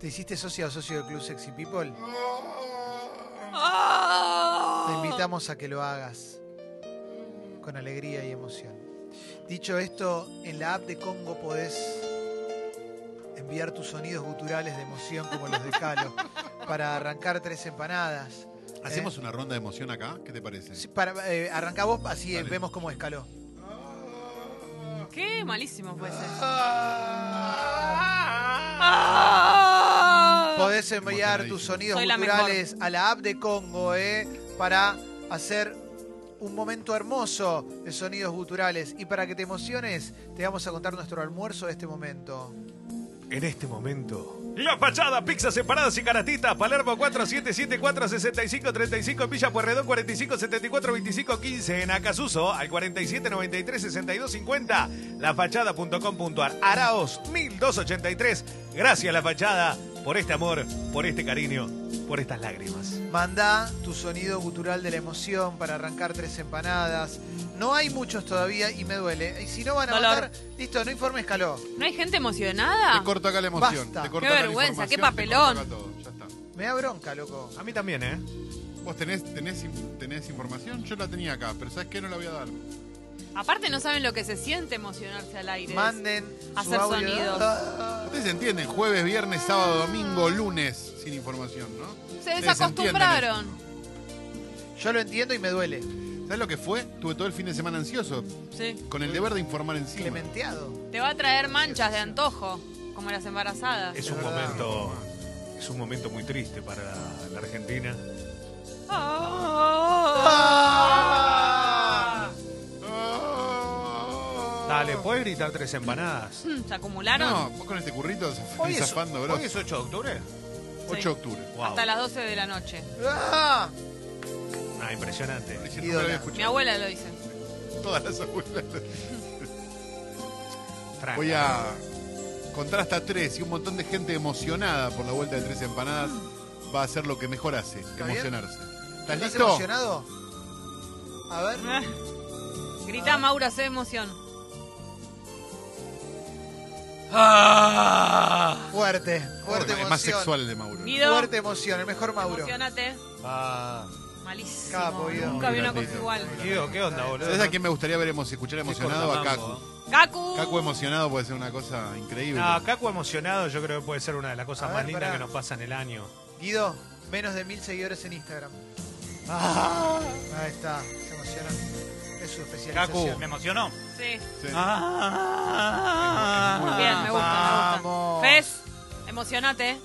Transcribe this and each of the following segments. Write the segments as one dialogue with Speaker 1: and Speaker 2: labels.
Speaker 1: ¿Te hiciste socio o socio del Club Sexy People? Te
Speaker 2: ¡Ah!
Speaker 1: invitamos a que lo hagas con alegría y emoción. Dicho esto, en la app de Congo podés enviar tus sonidos guturales de emoción como los de Calo para arrancar tres empanadas.
Speaker 3: ¿Hacemos una ronda de emoción acá? ¿Qué te parece?
Speaker 1: Sí, Para, eh, arrancá vos, así eh,
Speaker 3: Dale.
Speaker 1: vemos cómo escaló.
Speaker 2: Qué malísimo puede ser.
Speaker 1: Podés enviar tus
Speaker 3: Emocionadísimo.
Speaker 1: sonidos
Speaker 2: Soy la
Speaker 1: culturales a la app de Congo, ¿eh? Para hacer un momento hermoso de sonidos guturales. Y para que te emociones, te vamos a contar nuestro almuerzo de este momento.
Speaker 4: En este momento,
Speaker 5: La Fachada, pizzas separadas y caratita. Palermo 4774-6535 en Villa Puerredón 4574-2515 en Acasuso al 4793-6250. Lafachada.com.ar Araos 1283. Gracias La Fachada por este amor, por este cariño, por estas lágrimas.
Speaker 1: Manda tu sonido gutural de la emoción para arrancar tres empanadas. No hay muchos todavía y me duele. Y si no van a
Speaker 2: Dolor.
Speaker 1: votar, listo, no informes, caló.
Speaker 2: ¿No hay gente emocionada?
Speaker 3: Te corto acá la emoción.
Speaker 1: Basta.
Speaker 3: Te corto
Speaker 2: Qué
Speaker 3: acá la
Speaker 2: vergüenza, qué
Speaker 3: información, te corto acá todo, ya está.
Speaker 1: Me da bronca, loco.
Speaker 5: A mí también, ¿eh?
Speaker 3: ¿Vos tenés, tenés, in- tenés información? Yo la tenía acá, pero ¿sabes qué? No la voy a dar.
Speaker 2: Aparte no saben lo que se siente emocionarse al aire.
Speaker 1: Manden su
Speaker 2: Hacer
Speaker 1: audio.
Speaker 2: sonidos.
Speaker 1: Ah.
Speaker 3: Ustedes entienden, jueves, viernes, sábado, domingo, lunes, sin información, ¿no?
Speaker 2: Se
Speaker 3: Ustedes
Speaker 2: desacostumbraron.
Speaker 3: entienden
Speaker 1: Yo lo entiendo y me duele.
Speaker 3: eso. ¿Sabes lo que fue? Tuve todo el fin de semana ansioso,
Speaker 2: Sí.
Speaker 3: con el deber de informar encima.
Speaker 1: Clementeado.
Speaker 2: Te va a traer manchas de antojo, como las embarazadas.
Speaker 5: Es
Speaker 1: De
Speaker 5: un
Speaker 1: verdad.
Speaker 5: momento. Es un momento muy triste para la Argentina.
Speaker 2: Ah.
Speaker 3: Ah.
Speaker 5: Dale, ¿puedes gritar tres empanadas?
Speaker 2: Mm, ¿Se acumularon?
Speaker 3: No, vos con este currito se
Speaker 5: Hoy es,
Speaker 3: zafando, bro.
Speaker 5: hoy es 8 de octubre.
Speaker 3: 8 de octubre.
Speaker 5: Wow.
Speaker 2: Hasta las 12 de la noche.
Speaker 1: Ah.
Speaker 5: Ah, impresionante.
Speaker 3: Recién
Speaker 1: Ídola.
Speaker 3: nunca lo había
Speaker 2: Mi
Speaker 3: escuchado.
Speaker 2: abuela lo dice.
Speaker 3: Todas las abuelas.
Speaker 5: Franca.
Speaker 3: Voy a contar hasta tres y un montón de gente emocionada por la vuelta de tres empanadas va a hacer lo que mejor hace,
Speaker 1: Mm. bien?
Speaker 3: emocionarse. ¿Estás
Speaker 1: ¿Estás
Speaker 3: listo?
Speaker 1: emocionado? A ver.
Speaker 2: Grita Maura, se emoción.
Speaker 5: Ah,
Speaker 1: Fuerte,
Speaker 3: Bueno,
Speaker 1: fuerte emoción.
Speaker 3: es más sexual el de Mauro.
Speaker 2: Guido,
Speaker 1: Fuerte emoción, el mejor Mauro.
Speaker 2: emocionate.
Speaker 5: Ah,
Speaker 2: Malísimo.
Speaker 1: Capo, Guido.
Speaker 2: Nunca vi una cosa
Speaker 3: Grandito.
Speaker 2: igual.
Speaker 5: Guido, ¿qué onda, boludo?
Speaker 3: ¿Sabes a quién me gustaría ver emo- escuchar emocionado? A Cacu.
Speaker 2: Kaku.
Speaker 3: Cacu emocionado puede ser una cosa increíble.
Speaker 5: ¿eh?
Speaker 1: Ah,
Speaker 5: No, Caco emocionado yo creo que puede ser una de las
Speaker 1: A
Speaker 5: cosas
Speaker 1: ver,
Speaker 5: más lindas
Speaker 1: pará.
Speaker 5: que nos pasa en el año.
Speaker 1: Guido, menos de mil seguidores en Instagram.
Speaker 3: Ah.
Speaker 5: Ah.
Speaker 1: Ahí está, se emociona. Es su especialización.
Speaker 6: Me emocionó.
Speaker 2: Sí.
Speaker 3: Sí.
Speaker 5: Ah.
Speaker 2: Bien, me gusta, me gusta.
Speaker 1: Vamos.
Speaker 2: ¿Ves? Emocionate.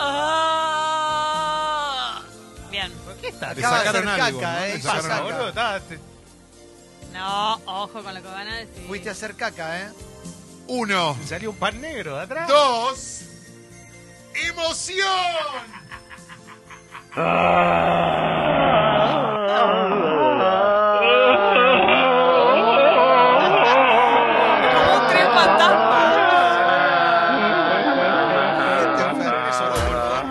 Speaker 2: Ah. Bien.
Speaker 5: ¿Qué está?
Speaker 3: Te
Speaker 1: Acaba de
Speaker 3: sacaron
Speaker 1: hacer
Speaker 3: algo,
Speaker 1: caca,
Speaker 3: ¿no?
Speaker 1: eh,
Speaker 3: Te
Speaker 1: hizo
Speaker 3: sacaron
Speaker 1: caca.
Speaker 5: Pasa, boludo, está- te-
Speaker 2: No, ojo con lo que van a decir.
Speaker 1: Fuiste a hacer caca, ¿eh?
Speaker 3: Uno,
Speaker 5: salió un pan negro de atrás.
Speaker 3: dos, emoción.
Speaker 2: Como un tren fantasma.
Speaker 1: Gente enferma, eso, boludo.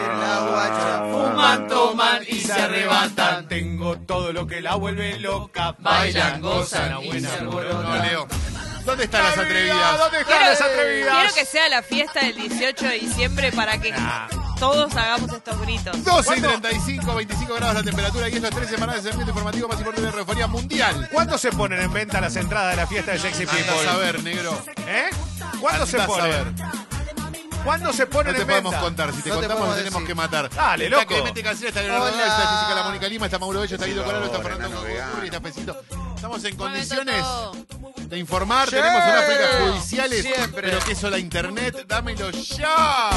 Speaker 1: En la guacha.
Speaker 6: Fuman, toman y se arrebatan.
Speaker 5: Tengo todo lo que la vuelve loca.
Speaker 6: Bailan, gozan y se
Speaker 3: No,
Speaker 6: alborotan.
Speaker 3: Leo. ¿Dónde están las atrevidas?
Speaker 5: ¿Dónde están las atrevidas?
Speaker 2: Quiero que sea la fiesta del 18 de diciembre para que todos hagamos estos gritos.
Speaker 3: 12 y 35, 25 grados la temperatura y esto es tres semanas de servicio informativo más importante de la radiofonía mundial.
Speaker 5: ¿Cuándo se ponen en venta las entradas de la fiesta de Sexy
Speaker 3: Andás a
Speaker 5: People?
Speaker 3: ver, negro.
Speaker 5: ¿Eh? ¿Cuándo se
Speaker 3: Andás a ver.
Speaker 5: ponen? ¿Cuándo se
Speaker 3: No
Speaker 5: ponen
Speaker 3: te
Speaker 5: en
Speaker 3: podemos
Speaker 5: venta?
Speaker 3: contar, si te
Speaker 1: No te
Speaker 3: contamos
Speaker 1: podemos
Speaker 3: te tenemos
Speaker 1: decir.
Speaker 3: que matar.
Speaker 5: Dale,
Speaker 3: Está
Speaker 5: loco.
Speaker 3: Clemente Cancela, está Leonardo
Speaker 1: Hola.
Speaker 3: Doy, está Jessica La Mónica Lima, está Mauro Bello, está Guido Colaro, está Fernando Curri, está Pesito. Estamos
Speaker 2: Mueve
Speaker 3: en condiciones
Speaker 2: todo.
Speaker 3: de informar,
Speaker 1: Sí.
Speaker 3: tenemos unas placas judiciales,
Speaker 1: Siempre.
Speaker 3: pero que eso la internet, dámelo ya.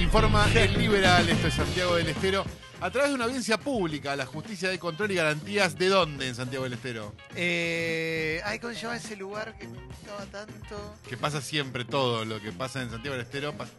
Speaker 3: Informa el liberal, esto es Santiago del Estero, a través de una audiencia pública, la justicia de control y garantías, ¿de dónde en Santiago del Estero?
Speaker 1: Eh, ay, ¿cómo se llama ese lugar que me gustaba tanto?
Speaker 3: Que pasa siempre todo lo que pasa en Santiago del Estero, pasa-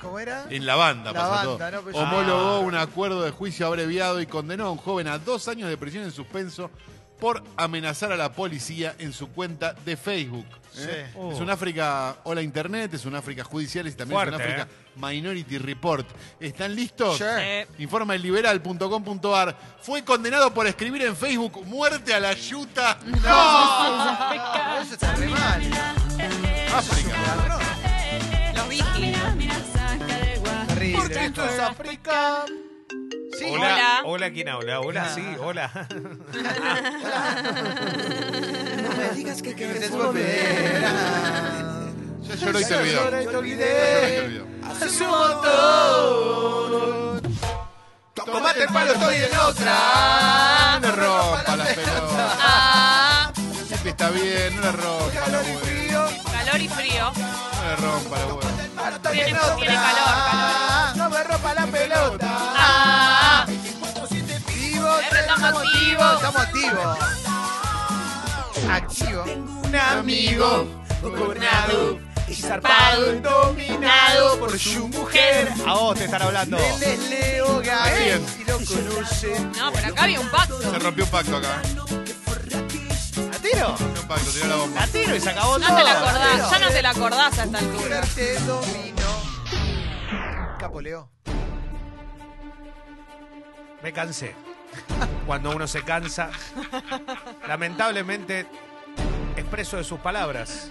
Speaker 1: ¿Cómo era?
Speaker 3: en la banda
Speaker 1: La
Speaker 3: pasa
Speaker 1: banda,
Speaker 3: todo.
Speaker 1: ¿no? Pues Pero yo-
Speaker 3: Homologó un acuerdo de juicio abreviado y condenó a un joven a dos años de prisión en suspenso por amenazar a la policía en su cuenta de Facebook. ¿eh?
Speaker 1: Oh.
Speaker 3: Es un África Hola Internet, es un África Judiciales y también es un
Speaker 5: Fuerte,
Speaker 3: África Minority Report. ¿Están listos?
Speaker 1: Sí.
Speaker 2: Sí.
Speaker 3: Informa el liberal.com.ar. Fue condenado por escribir en Facebook muerte a la yuta.
Speaker 1: Eso está re mal.
Speaker 3: África.
Speaker 1: Cabrón,
Speaker 2: Los vikis.
Speaker 1: terrible.
Speaker 3: Porque esto es
Speaker 1: África. Sí.
Speaker 5: Hola,
Speaker 2: Hola.
Speaker 5: hola, ¿quién habla? Hola, sí, hola.
Speaker 1: No me digas que quieres volver.
Speaker 3: Ya lloró y se olvidó. Ya lloró y
Speaker 1: Te
Speaker 3: se
Speaker 1: olvidé.
Speaker 3: olvidó.
Speaker 1: Hace un montón.
Speaker 3: Tomate el palo, estoy en otra. Ah, No le rompa las pelotas.
Speaker 2: Ah,
Speaker 3: Siempre está bien, no le rompa la
Speaker 1: Calor y
Speaker 3: bola.
Speaker 1: frío.
Speaker 2: calor y frío.
Speaker 3: No le rompa la bola.
Speaker 1: Ahora estoy
Speaker 2: Tiene-
Speaker 1: en otra.
Speaker 2: tiene calor,
Speaker 1: No me rompa la pelota.
Speaker 2: Ah,
Speaker 1: Vivo,
Speaker 2: estamos activos.
Speaker 1: Estamos activos. Activo.
Speaker 6: Un amigo, gobernado y zarpado, dominado por su mujer.
Speaker 5: A vos te están hablando.
Speaker 1: Él es Leo Gael.
Speaker 3: Bien.
Speaker 1: Si lo conoce.
Speaker 2: no, pero acá había un pacto.
Speaker 3: Se rompió un pacto acá.
Speaker 5: ¿La tiro?
Speaker 3: Rompió un pacto, tiró la bomba.
Speaker 5: La tiro y se acabó
Speaker 2: No te la
Speaker 5: todo.
Speaker 2: acordás, ya no te la acordás a esta altura.
Speaker 1: Mujer te dominó. Capo Leo.
Speaker 5: Me cansé. Cuando uno se cansa, lamentablemente expreso de sus palabras.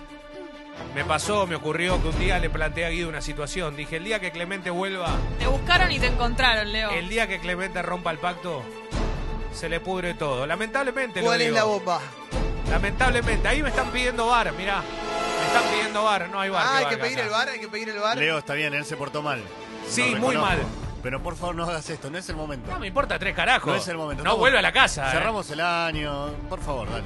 Speaker 5: Me pasó, me ocurrió que un día le planteé a Guido una situación. Dije, el día que Clemente vuelva,
Speaker 2: Te buscaron y te encontraron, Leo.
Speaker 5: el día que Clemente rompa el pacto, se le pudre todo. Lamentablemente lo
Speaker 1: ¿Cuál es
Speaker 5: digo.
Speaker 1: la bomba?
Speaker 5: Lamentablemente, ahí me están pidiendo bar, mirá. Me están pidiendo bar, no hay bar.
Speaker 1: Ah,
Speaker 5: que
Speaker 1: hay que
Speaker 5: valga
Speaker 1: pedir
Speaker 5: acá.
Speaker 1: el bar, hay que pedir el bar.
Speaker 7: Leo, está bien, él se portó mal.
Speaker 5: Sí,
Speaker 7: Lo
Speaker 5: muy
Speaker 7: reconozco.
Speaker 5: mal.
Speaker 7: Pero por favor no hagas esto, no es el momento.
Speaker 5: No me importa tres carajos.
Speaker 7: No es el momento.
Speaker 5: No
Speaker 7: Estamos-
Speaker 5: vuelve a la casa. eh.
Speaker 7: Cerramos el año, por favor, dale.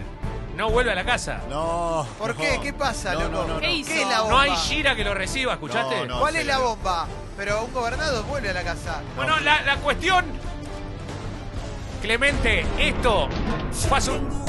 Speaker 5: No vuelve a la casa.
Speaker 7: No.
Speaker 1: ¿Por
Speaker 7: no.
Speaker 1: qué? ¿Qué pasa,
Speaker 7: No,
Speaker 1: loco?
Speaker 7: no, no, no.
Speaker 2: ¿Qué hizo?
Speaker 1: ¿Qué es la
Speaker 5: No
Speaker 1: bomba?
Speaker 5: hay gira que lo reciba, ¿escuchaste?
Speaker 7: No, no.
Speaker 1: ¿Cuál es
Speaker 7: sí,
Speaker 1: la
Speaker 7: Leo.
Speaker 1: bomba? Pero un gobernado vuelve a la casa.
Speaker 5: Bueno, la, la cuestión. Clemente, esto fue hace un-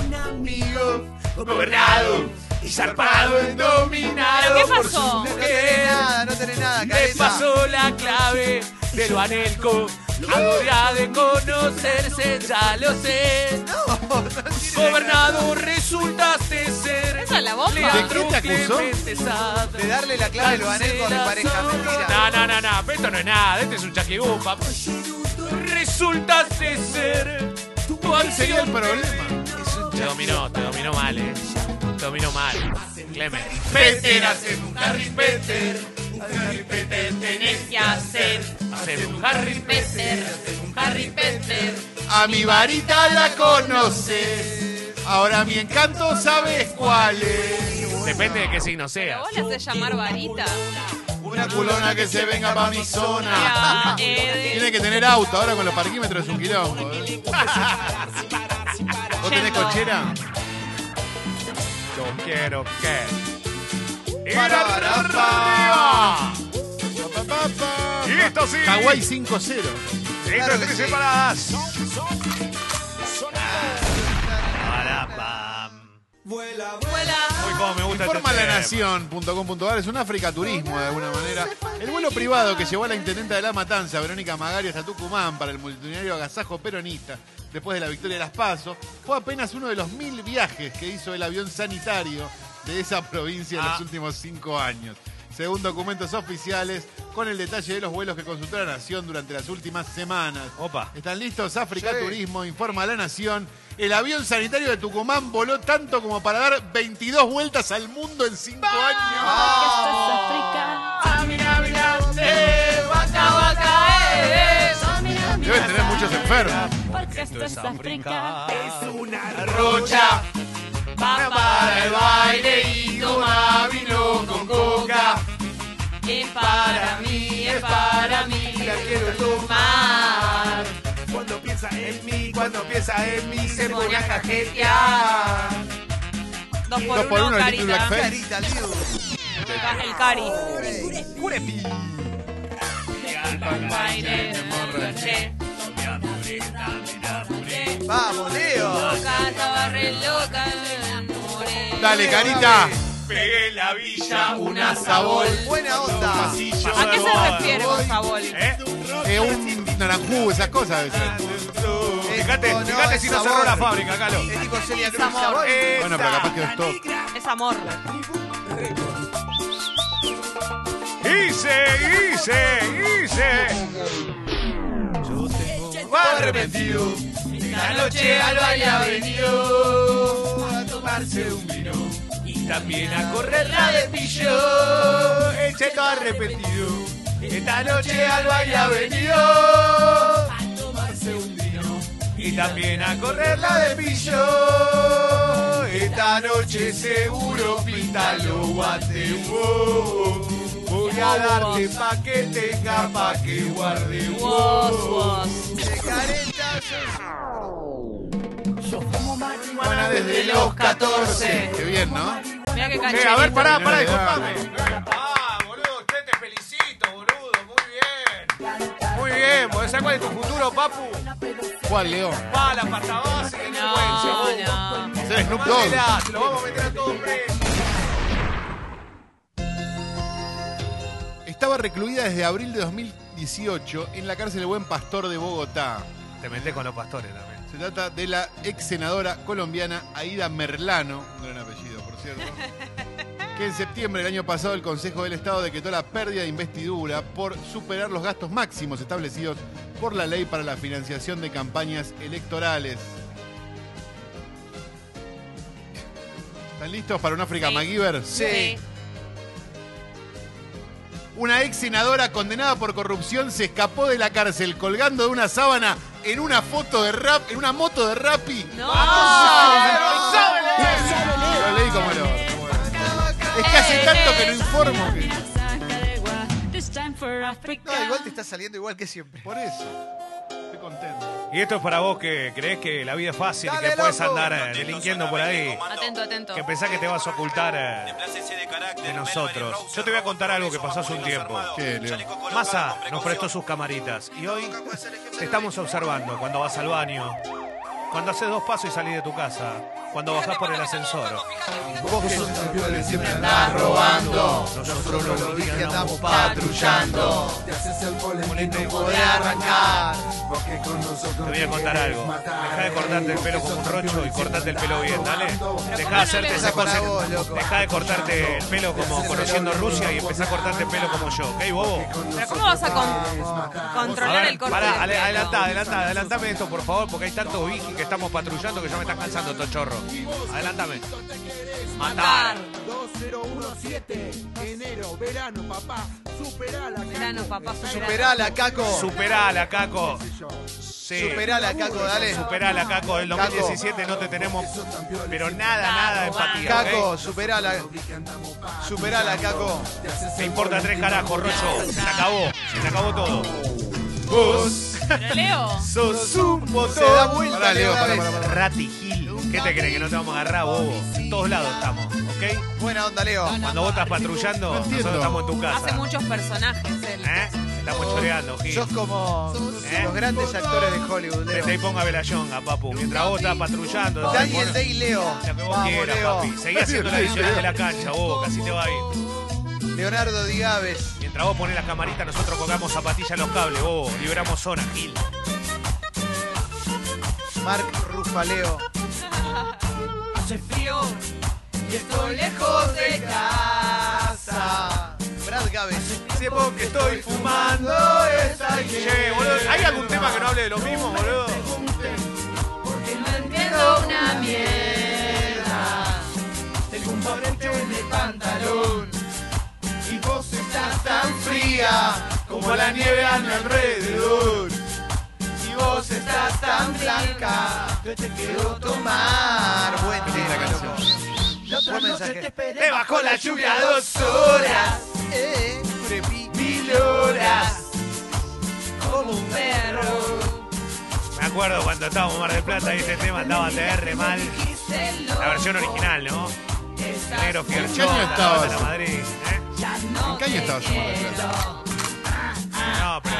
Speaker 6: Gobernado y zarpado, dominado
Speaker 2: ¿Pero qué pasó?
Speaker 1: No tenés nada, no tenés nada,
Speaker 5: Me
Speaker 1: careta.
Speaker 5: pasó la clave de lo anhelco. Ahora de conocerse, ya lo sé.
Speaker 1: No, no tiene
Speaker 5: Gobernador, resultaste ser.
Speaker 2: Esa es la bomba.
Speaker 5: Leandro
Speaker 3: ¿De qué te acusó?
Speaker 5: Clemente Sad.
Speaker 1: nada. De darle la clave lo gané con mi pareja, mentira.
Speaker 5: No, no, no, no, pero esto no es nada, este es un chaquibumba. Resultaste ser tu
Speaker 3: Sería el
Speaker 5: ansión.
Speaker 3: problema.
Speaker 5: Te dominó, te dominó mal, eh. Te dominó mal. Clemente. Peter, hace un Harry Peter.
Speaker 2: Tenés que hacer.
Speaker 5: Hace un Harry Peter.
Speaker 2: Peter, un Harry Peter.
Speaker 3: A mi varita la conoces. Ahora mi encanto sabes cuál es.
Speaker 5: Depende de qué signo
Speaker 2: ¿Pero
Speaker 5: seas.
Speaker 2: vos le haces llamar varita?
Speaker 3: Una culona que se venga pa' mi zona.
Speaker 2: Mira, eh,
Speaker 3: Tiene que tener auto ahora con los parquímetros es un quilombo. ¿eh? ¿Vos tenés
Speaker 2: Yendo.
Speaker 3: cochera?
Speaker 5: Yo quiero que. ¡Ir
Speaker 3: Para,
Speaker 5: a
Speaker 3: para,
Speaker 5: arriba!
Speaker 3: Pa, pa, pa.
Speaker 5: Y esto sí.
Speaker 3: Hawái 5-0.
Speaker 5: Estas
Speaker 1: Claro que
Speaker 5: tres
Speaker 1: sí.
Speaker 5: separadas. Ah, para, pam.
Speaker 2: vuela.
Speaker 5: Uy, cómo me gusta este
Speaker 3: Informa la
Speaker 5: tema.
Speaker 3: nación.com.ar es un africaturismo de alguna manera. El vuelo privado que llevó a la intendenta de La Matanza, Verónica Magario, hasta Tucumán para el multitudinario agasajo peronista después de la victoria de Las Pasos fue apenas uno de los mil viajes que hizo el avión sanitario de esa provincia en
Speaker 5: Ah.
Speaker 3: los últimos cinco años. Según documentos oficiales, con el detalle de los vuelos que consultó la Nación durante las últimas semanas.
Speaker 5: Opa.
Speaker 3: ¿Están listos? África Turismo informa a la nación. El avión sanitario de Tucumán voló tanto como para dar 22 vueltas al mundo en 5 años. Deben tener muchos enfermos.
Speaker 5: Esto es África.
Speaker 6: rocha para, para el baile y toma vino con coca.
Speaker 2: Es para mí, es para mí.
Speaker 6: La quiero tomar. Cuando piensa en mí, cuando piensa en mí, se pone a cajetear.
Speaker 2: Dos por,
Speaker 3: Dos por
Speaker 2: uno,
Speaker 3: uno, el Little
Speaker 2: carita.
Speaker 1: Carita,
Speaker 3: Black
Speaker 1: Liu.
Speaker 2: El cari.
Speaker 3: Curepi.
Speaker 1: Vamos, Leo.
Speaker 2: Loca, estaba re loca, me enamoré.
Speaker 3: Dale, carita.
Speaker 5: Pegué la villa.
Speaker 6: Una sabor.
Speaker 1: Buena onda.
Speaker 2: ¿A qué se refiere, por favor?
Speaker 5: ¿Eh?
Speaker 3: Eh, un naranjú, esas cosas a veces.
Speaker 1: Eh,
Speaker 5: Fíjate,
Speaker 1: No, no,
Speaker 5: fíjate
Speaker 1: es
Speaker 5: si no
Speaker 1: sabor.
Speaker 5: cerró la fábrica, Calo.
Speaker 1: Es tipo Celia Cruz.
Speaker 2: Amor.
Speaker 1: sabor.
Speaker 5: Esa.
Speaker 3: Bueno, pero capaz que esto.
Speaker 2: Es amor.
Speaker 5: Hice, hice, hice.
Speaker 6: arrepentido. Esta noche Alba ha venido a tomarse un vino y también a correr la de pillo. El cheto arrepentido. Esta noche Alba ha venido a tomarse un vino y también a correr la de pillo. Esta noche seguro pinta lo guante. wow. Voy a darte pa' que tenga, pa' que guarde.
Speaker 2: Vos,
Speaker 6: wow.
Speaker 2: vos.
Speaker 3: Marihuana desde
Speaker 2: los 14.
Speaker 3: Qué bien, ¿no?
Speaker 2: Mira qué
Speaker 5: Eh, a ver,
Speaker 2: cancherito.
Speaker 5: pará, pará, disculpame. Ah, boludo, usted te felicito, boludo. Muy bien. Muy bien, porque ¿sabes cuál es tu futuro, papu?
Speaker 3: ¿Cuál, León?
Speaker 5: Va a la patabase de delincuencia, vos.
Speaker 2: No, no.
Speaker 3: Ser Snoop Dogg.
Speaker 5: Tomátela, se lo vamos a meter a todos presos.
Speaker 3: Estaba recluida desde abril de 2018 en la cárcel de Buen Pastor de Bogotá.
Speaker 5: Te metés con los pastores también.
Speaker 3: Se trata de la ex senadora colombiana Aida Merlano, un gran apellido, por cierto, que en septiembre del año pasado el Consejo del Estado decretó la pérdida de investidura por superar los gastos máximos establecidos por la ley para la financiación de campañas electorales. ¿Están listos para un África
Speaker 2: Sí.
Speaker 3: MacGyver?
Speaker 2: Sí.
Speaker 3: Una ex senadora condenada por corrupción se escapó de la cárcel colgando de una sábana en una foto de rap, en una moto de Rappi.
Speaker 2: No.
Speaker 3: Lo leí como lo. como lo- Es que hace tanto que no informo. que-
Speaker 1: No, igual te está saliendo igual que siempre.
Speaker 3: Por eso. Estoy contento.
Speaker 5: Y esto es para vos que crees que la vida es fácil
Speaker 1: Dale,
Speaker 5: y que puedes
Speaker 1: loco.
Speaker 5: andar eh, delinquiendo por ahí.
Speaker 2: Atento, atento.
Speaker 5: Que pensás que te vas a ocultar eh, de nosotros. Yo te voy a contar algo que pasó hace un tiempo.
Speaker 3: ¿Qué, Leo?
Speaker 5: Massa nos prestó sus camaritas y hoy te estamos observando cuando vas al baño, cuando haces dos pasos y salís de tu casa, cuando bajás por el ascensor. Te voy a contar algo. Deja de cortarte el pelo como un rocho y cortarte el pelo bien, dale. Deja de hacerte esas
Speaker 1: Esa para
Speaker 5: cosas.
Speaker 1: vos, loco.
Speaker 5: Deja de cortarte el pelo como conociendo Rusia y empezá a cortarte el pelo como yo, ¿ok, bobo?
Speaker 2: Pero ¿cómo vas a con-
Speaker 5: A
Speaker 2: controlar
Speaker 5: ver,
Speaker 2: el corte?
Speaker 5: pará,
Speaker 2: del
Speaker 5: ale-
Speaker 2: pelo?
Speaker 5: adelantá, adelantá, adelantame esto, por favor, porque hay tantos vigis que estamos patrullando que ya me están cansando estos chorros. Adelántame.
Speaker 2: Matar.
Speaker 5: Matar.
Speaker 8: 2017, enero, verano, papá, superala.
Speaker 2: Verano, papá, superala.
Speaker 1: Superala, Caco.
Speaker 5: Superala, Caco. Sí.
Speaker 1: Superala, Caco, dale.
Speaker 5: Superala, Caco. El 2017 no te tenemos, pero nada, nada de empatía.
Speaker 1: Caco, superala. Superala, Caco.
Speaker 5: ¿ok? Te importa tres carajos, Rocho. Se acabó, se acabó todo.
Speaker 2: Pero Leo,
Speaker 5: Sos un
Speaker 1: Se da
Speaker 5: botón.
Speaker 1: vuelta,
Speaker 3: Pará,
Speaker 1: le
Speaker 3: Leo,
Speaker 1: da
Speaker 3: pará,
Speaker 1: vez.
Speaker 3: pará, pará.
Speaker 5: Ratigil. ¿Qué te crees que no te vamos a agarrar, bobo? En todos lados estamos, ¿ok?
Speaker 1: Buena onda, Leo.
Speaker 5: Cuando vos estás patrullando,
Speaker 3: No entiendo.
Speaker 5: nosotros estamos en tu casa.
Speaker 2: hace muchos personajes él.
Speaker 5: ¿Eh? Estamos choreando, Gil.
Speaker 1: Sos como
Speaker 5: ¿Eh?
Speaker 1: los grandes actores de Hollywood,
Speaker 5: Vete y
Speaker 1: Leo.
Speaker 5: ponga Velayonga, papu. Mientras vos estás patrullando. te
Speaker 1: Daniel
Speaker 5: pones
Speaker 1: Day, Leo.
Speaker 5: Lo que vos
Speaker 1: Vamos,
Speaker 5: quieras,
Speaker 1: Leo.
Speaker 5: papi. Seguí haciendo la adicional de la cancha, vos, casi te va a ir.
Speaker 1: Leonardo Di Gaves.
Speaker 5: Mientras vos pones las camaritas, nosotros colgamos zapatillas en los cables, vos. Liberamos zona, Gil.
Speaker 1: Mark Ruffaleo.
Speaker 2: Hace frío.
Speaker 6: Estoy lejos de casa.
Speaker 1: Brad Gaves.
Speaker 6: Tiempo que estoy fumando esta
Speaker 5: Che, boludo, ¿hay algún tema que no hable de lo mismo, boludo?
Speaker 2: Que no entiendo una mierda.
Speaker 6: Tengo un favorito en el pantalón. Y vos estás tan fría como la nieve a mi alrededor. Y vos estás tan blanca. Yo te quiero tomar.
Speaker 1: Buen tema, loco. Buen mensaje.
Speaker 6: Me bajó la lluvia dos horas.
Speaker 1: Eh, prepi.
Speaker 6: Mil horas. Como un perro.
Speaker 5: Me acuerdo cuando estábamos en Mar del Plata y este tema andaba TR mal. La versión original, ¿no? Negro
Speaker 3: ¿En qué año
Speaker 5: Fierchón, la
Speaker 3: estabas?
Speaker 5: banda de la Madrid. ¿eh?
Speaker 3: ¿En qué año estabas en Mar del Plata?
Speaker 5: No, pero...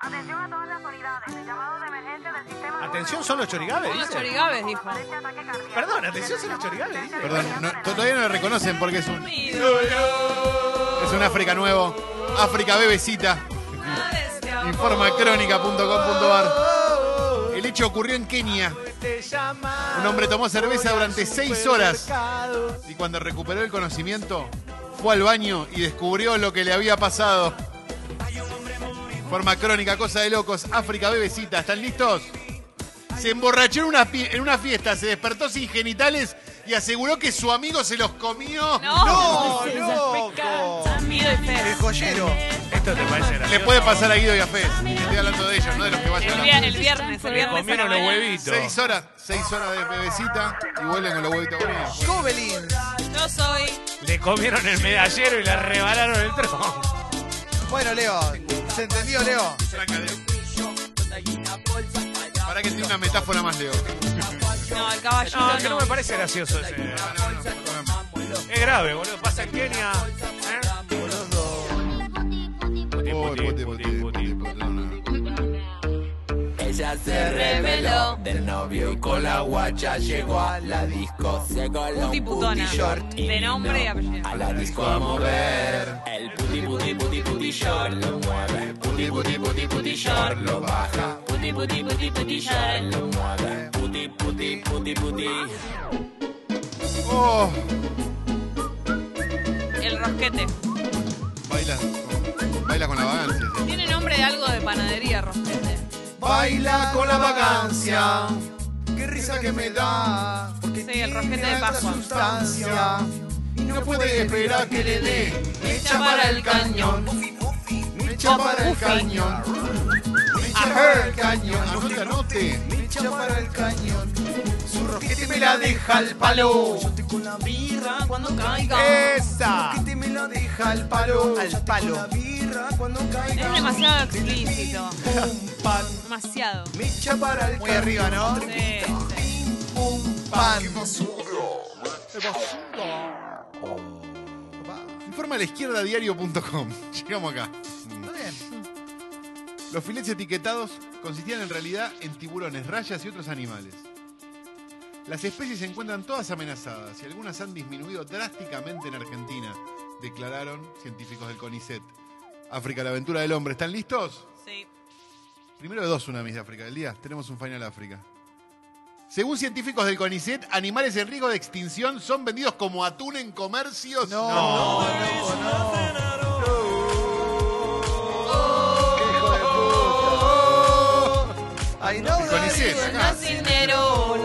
Speaker 9: Atención a todas las unidades. El llamado de emergencia del sistema.
Speaker 5: Atención, son los chorigabes,
Speaker 2: Los
Speaker 5: dice.
Speaker 2: chorigabes, dijo.
Speaker 9: Este ataque cardíaco.
Speaker 5: Perdón, atención, son los chorigabes, dice.
Speaker 3: Perdón, no- todavía no lo reconocen porque es un,
Speaker 2: Dormido
Speaker 3: es un África nuevo. África bebecita.
Speaker 2: desde
Speaker 3: Informacrónica.com.ar. El hecho ocurrió en Kenia. Un hombre tomó cerveza durante seis horas y cuando recuperó el conocimiento fue al baño y descubrió lo que le había pasado. Forma crónica, cosa de locos. África, bebecita, ¿están listos? Se emborrachó en una, pi- en una fiesta, se despertó sin genitales y aseguró que su amigo se los comió.
Speaker 2: No.
Speaker 1: loco!
Speaker 2: Guido y Fer.
Speaker 1: El joyero.
Speaker 5: ¿Esto te parece gracioso?
Speaker 3: Le puede pasar a Guido y a Fez. Estoy hablando de ellos, no de los que vayan
Speaker 2: El,
Speaker 3: a
Speaker 2: vi- el viernes, el viernes. a la
Speaker 5: Comieron los
Speaker 2: mañana.
Speaker 5: huevitos.
Speaker 3: Seis horas, seis horas de bebecita y vuelven con los huevitos bonitos.
Speaker 1: Gobelins.
Speaker 2: Yo soy.
Speaker 5: Le comieron el medallero y le rebalaron el tronco.
Speaker 1: Bueno, Leo. ¿Se entendió, Leo?
Speaker 3: Para que tiene una metáfora más, Leo.
Speaker 2: No, el caballito.
Speaker 5: No, que
Speaker 2: no.
Speaker 5: no me parece gracioso ese. Es grave, boludo. Pasa en Kenia. ¿eh?
Speaker 3: Oh, puti, puti, puti, puti, no.
Speaker 6: Ella se
Speaker 2: reveló
Speaker 6: del novio y con la guacha llegó a la disco. Se coló
Speaker 2: Puti putona. De nombre y apellido.
Speaker 6: a la disco a mover. El puti puti puti puti short lo mueve. Puti puti puti puti short lo baja. Puti puti puti puti short lo mueve. Puti puti puti puti.
Speaker 3: Oh,
Speaker 2: El rosquete.
Speaker 3: baila, baila con la vagancia.
Speaker 2: Tiene nombre de algo de panadería, rosquete.
Speaker 1: Baila con la vacancia. Qué risa que me da. Porque
Speaker 2: Sí, el rosquete de Pascua.
Speaker 1: sustancia. Y no puede esperar que le dé.
Speaker 2: Me echa para el cañón.
Speaker 1: Me echa para el cañón. Me echa para el cañón.
Speaker 3: Anote, anote.
Speaker 1: Me echa para el cañón. Su rosquete me la deja al palo. Yo estoy con la birra
Speaker 2: Cuando caiga.
Speaker 1: ¡Esa! Su rosquete me la deja al palo. Al palo. la birra cuando
Speaker 2: Es demasiado explícito. Demasiado.
Speaker 1: Me echa para el Muy arriba, ¿no?
Speaker 2: Sí, sí.
Speaker 1: Pan.
Speaker 3: Informa a la izquierda diario.com. Llegamos acá.
Speaker 1: Está bien.
Speaker 3: Los filetes etiquetados consistían en realidad en tiburones, rayas y otros animales. Las especies se encuentran todas amenazadas y algunas han disminuido drásticamente en Argentina, declararon científicos del CONICET. África, la aventura del hombre. ¿Están listos?
Speaker 2: Sí.
Speaker 3: Primero de dos tsunamis de África del día. Tenemos un final África. Según científicos del CONICET, animales en riesgo de extinción son vendidos como atún en comercios.
Speaker 1: No, no, no, no. Qué hijo de puta. Ay, no,
Speaker 3: El CONICET, acá.
Speaker 2: Cinderón.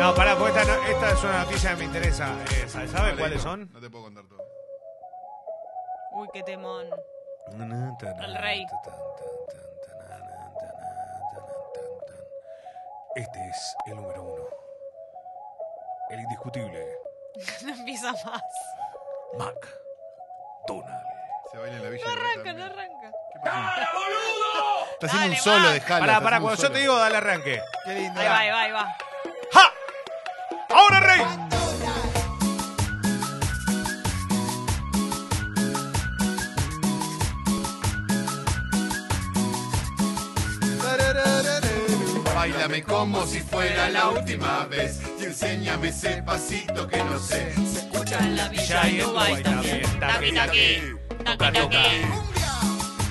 Speaker 5: No, pará, porque esta, no- esta es una noticia que me interesa. Eh, ¿Sabes
Speaker 3: Vale,
Speaker 5: cuáles
Speaker 3: no,
Speaker 5: son?
Speaker 3: No te puedo contar todo.
Speaker 2: Uy, qué temón.
Speaker 4: El
Speaker 2: rey.
Speaker 4: Este es el número uno. El indiscutible
Speaker 2: No empieza más.
Speaker 4: Mac Donald.
Speaker 3: Se baila en la villa.
Speaker 2: No
Speaker 3: de
Speaker 2: arranca,
Speaker 3: Rotterdam.
Speaker 2: no arranca.
Speaker 3: ¿Qué pasa? Está haciendo
Speaker 2: Dale,
Speaker 3: un solo
Speaker 2: va.
Speaker 3: de jala.
Speaker 5: Pará,
Speaker 3: está haciendo
Speaker 5: pará,
Speaker 3: un
Speaker 5: cuando yo
Speaker 3: solo.
Speaker 5: te digo, dale arranque.
Speaker 1: Qué lindo.
Speaker 2: Ahí va, ahí va, ahí va.
Speaker 5: ¡Ja! ¡Ahora rey!
Speaker 3: Báilame como si fuera la última vez y enséñame ese pasito que no sé.
Speaker 2: Escucha en la
Speaker 5: Ya y en Dubái también.
Speaker 2: Taqui, taqui. Taqui,
Speaker 5: Toca, toca.
Speaker 2: taqui.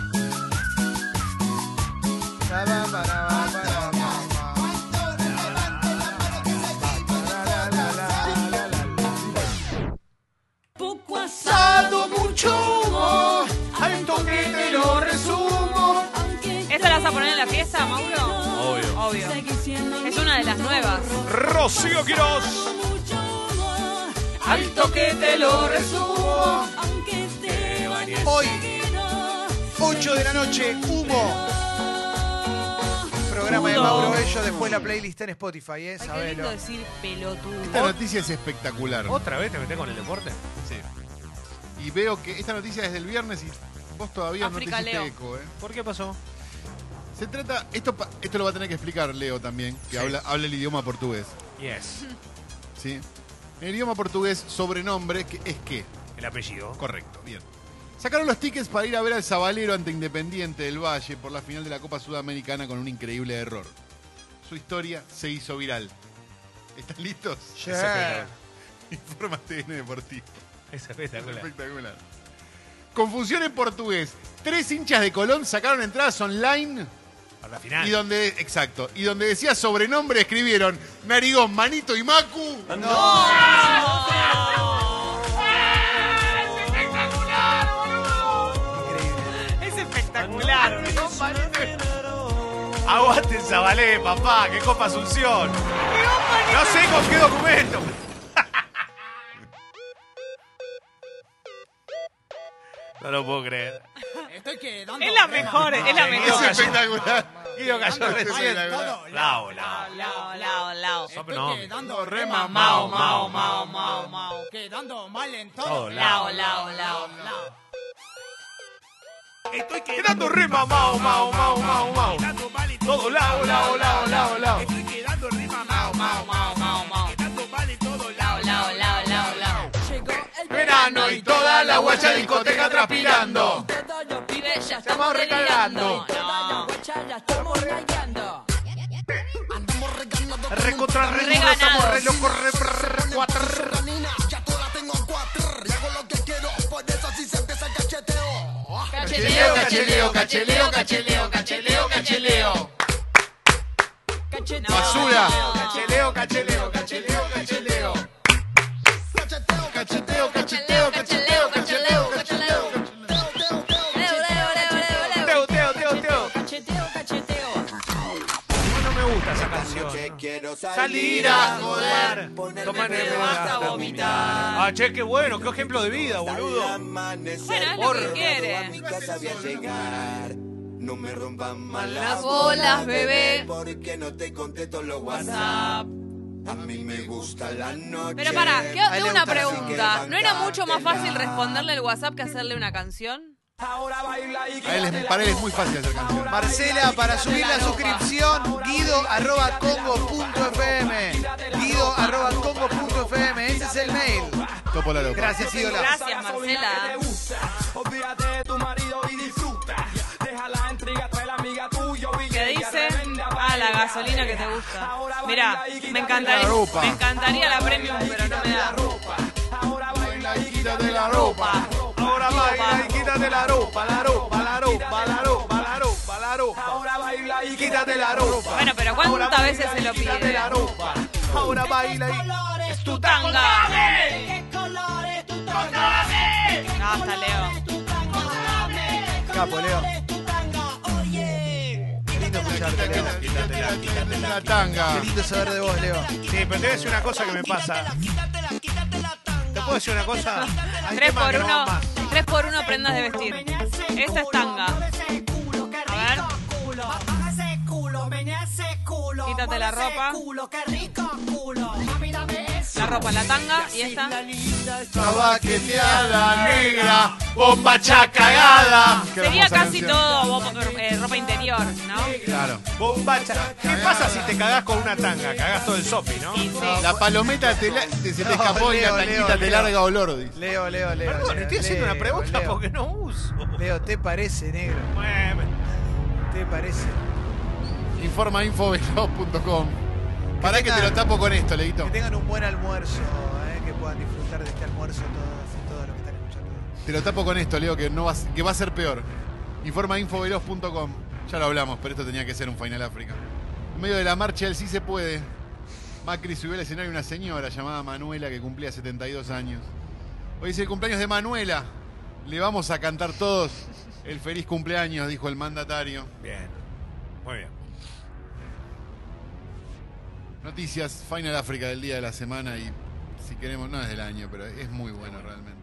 Speaker 2: Poco asado, mucho humo.
Speaker 1: Al toque te lo resumo.
Speaker 2: ¿Esta la vas a poner en la fiesta, Mauro?
Speaker 5: Obvio.
Speaker 2: Obvio. Es una de las nuevas.
Speaker 5: Rocío Quiroz.
Speaker 2: Al toque te lo
Speaker 1: Resumo. Hoy, 8 de la noche, humo. Programa de Mauro Bello, después la playlist en Spotify, ¿eh?
Speaker 2: Ay, qué lindo
Speaker 1: Sabelo.
Speaker 2: decir
Speaker 3: Esta
Speaker 2: pelotudo.
Speaker 3: noticia es espectacular.
Speaker 5: ¿Otra vez te metés con el deporte?
Speaker 3: Sí. Y veo que esta noticia es del viernes y vos todavía
Speaker 2: África,
Speaker 3: no te
Speaker 2: Leo.
Speaker 3: hiciste eco, ¿eh?
Speaker 5: ¿Por qué pasó?
Speaker 3: Se trata, esto, pa- esto lo va a tener que explicar Leo también, que
Speaker 5: Sí.
Speaker 3: habla, habla el idioma portugués,
Speaker 5: Yes.
Speaker 3: ¿sí? En el idioma portugués, sobrenombre que es que,
Speaker 5: El apellido.
Speaker 3: correcto, bien. Sacaron los tickets para ir a ver al Zabalero ante Independiente del Valle por la final de la Copa Sudamericana con un increíble error. Su historia se hizo viral. ¿Están listos?
Speaker 1: Yeah.
Speaker 3: Infórmate en Deportivo.
Speaker 5: Es espectacular.
Speaker 3: Espectacular. Confusión en portugués. Tres hinchas de Colón sacaron entradas online
Speaker 5: Para la final.
Speaker 3: y donde, exacto, y donde decía sobrenombre escribieron Narigón, Manito y Macu.
Speaker 2: Es espectacular.
Speaker 5: Aguante Zabalé, papá, que Copa Asunción. No sé con qué documento. No lo puedo creer.
Speaker 6: Estoy quedando.
Speaker 2: Es la mejor, es la
Speaker 3: Es
Speaker 2: mejor.
Speaker 3: espectacular.
Speaker 5: Guido cayó
Speaker 3: recién.
Speaker 5: Lao, lao.
Speaker 2: Lao, lao, lao.
Speaker 5: Son fenómenos.
Speaker 6: quedando re
Speaker 2: Mao, mao, mao, mao, mao.
Speaker 6: Quedando mal en
Speaker 5: Todo
Speaker 2: Lao, lao, lao, lao.
Speaker 4: Estoy
Speaker 5: Quedando re mamao, mao, mao, mao, mao.
Speaker 4: quedando mal en
Speaker 5: Todo lao, lao, lao, lao, lao.
Speaker 4: Estoy quedando re mamao,
Speaker 2: Mao, mao, mao, mao.
Speaker 4: quedando mal en todo
Speaker 2: Lao, lao, lao, lao, lao.
Speaker 3: Verano y toda la guacha discoteca transpirando.
Speaker 2: Estamos
Speaker 3: recargando.
Speaker 5: Recontra, re,
Speaker 2: Reganados.
Speaker 5: estamos re locos, re, prr, re, cuatro.
Speaker 2: Cacheteo,
Speaker 3: cacheleo, cacheleo, cacheleo, cacheleo, cacheleo.
Speaker 2: cacheteo.
Speaker 3: Basura.
Speaker 2: Cacheleo,
Speaker 3: cacheleo, cacheleo, cacheleo. Cacheteo, cacheteo,
Speaker 2: cacheleo, cacheleo, cacheleo. Leo, leo, leo, leo, leo.
Speaker 5: Teo, teo, teo, teo.
Speaker 2: Cacheteo, cacheteo.
Speaker 5: No me gusta esa canción.
Speaker 3: Salir a joder.
Speaker 5: Tomar
Speaker 2: Te
Speaker 5: el
Speaker 2: vas a vomitar.
Speaker 5: Ah, che, qué bueno, qué ejemplo de vida, boludo.
Speaker 2: Bueno, es lo que quiere.
Speaker 8: No me rompan más
Speaker 2: Las bolas, bebé.
Speaker 8: porque no te contesto los WhatsApp. A mí me gusta la noche.
Speaker 2: Pero pará, que-
Speaker 1: A él
Speaker 2: tengo
Speaker 1: le
Speaker 2: una
Speaker 1: gusta así
Speaker 2: pregunta. ¿No era mucho más fácil responderle el WhatsApp que hacerle una canción?
Speaker 3: A él es- Para él es muy fácil hacer canciones.
Speaker 1: Marcela, para subir la suscripción, guido arroba congo.fm. Guido arroba congo.fm. Ese es el mail.
Speaker 3: Topo la loca.
Speaker 1: Gracias, ídola.
Speaker 2: Gracias, Marcela. ¿Qué dice? Ah, la gasolina que te gusta. Mirá, me encantaría,
Speaker 3: La ropa.
Speaker 2: me encantaría la premium, pero no me da.
Speaker 3: Baila y quítate la ropa.
Speaker 5: Ahora baila y quítate la ropa, la ropa, la ropa, la ropa, la ropa, la ropa. Ahora baila y quítate la ropa.
Speaker 2: Bueno, pero ¿cuántas veces se lo
Speaker 5: Quítate
Speaker 2: pide?
Speaker 5: la ropa. Ahora baila y es tu tanga.
Speaker 2: ¡Tanga! No, hasta Leo.
Speaker 1: Capo, Leo. Qué lindo escucharte, Leo.
Speaker 3: Quítate la tanga.
Speaker 1: Qué lindo saber de vos, Leo.
Speaker 5: Sí, pero te voy a decir una cosa que me pasa. ¿Te puedo decir una cosa? Hay
Speaker 2: Tres
Speaker 5: temas
Speaker 2: por
Speaker 5: que no
Speaker 2: uno,
Speaker 5: van más.
Speaker 2: tres por uno prendas de vestir. Esta es tanga. A ver. Quítate la ropa. La ropa, la tanga y esta.
Speaker 3: Tabaqueteada negra, bombacha cagada. Qué
Speaker 2: Sería
Speaker 3: hermosa
Speaker 2: casi
Speaker 3: canción.
Speaker 2: todo bo- eh, ropa interior, ¿no?
Speaker 3: Claro.
Speaker 5: Bombacha. ¿Qué pasa si te cagás con una tanga? Cagás todo el sopi, ¿no?
Speaker 2: Y sí.
Speaker 3: La palometa te la- te- se te escapó y la
Speaker 1: Leo,
Speaker 3: tanquita
Speaker 1: Leo,
Speaker 3: te
Speaker 1: Leo.
Speaker 3: larga olor, dice.
Speaker 1: Leo, Leo, Leo.
Speaker 5: Perdón,
Speaker 1: Leo,
Speaker 5: estoy haciendo una
Speaker 1: Leo,
Speaker 5: pregunta
Speaker 1: Leo.
Speaker 5: porque no uso.
Speaker 1: Leo, ¿te parece, negro? ¿Te parece?
Speaker 3: Informa info.com. Pará que te lo tapo con esto, Leguito.
Speaker 1: Que tengan un buen almuerzo, eh, que puedan disfrutar de este almuerzo todos, todos los que están escuchando.
Speaker 3: Te lo tapo con esto, Leo, que, no va, a- que va a ser peor. Informa infoveloz.com. Ya lo hablamos, pero esto tenía que ser un Final África. En medio de la marcha del Sí se puede, Macri subió al escenario una señora llamada Manuela que cumplía 72 años. Hoy es el cumpleaños de Manuela. Le vamos a cantar todos el feliz cumpleaños, dijo el mandatario.
Speaker 5: Bien. Muy bien.
Speaker 3: Noticias Final África del día de la semana y si queremos, no es del año, pero es muy bueno realmente.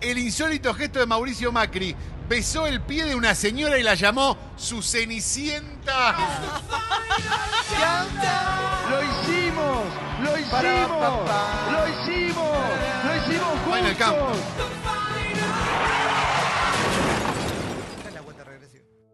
Speaker 3: El insólito gesto de Mauricio Macri besó el pie de una señora y la llamó su cenicienta.
Speaker 8: ¡Lo hicimos! ¡Lo hicimos! ¡Lo hicimos! ¡Lo hicimos
Speaker 3: Va en el campo.
Speaker 8: juntos!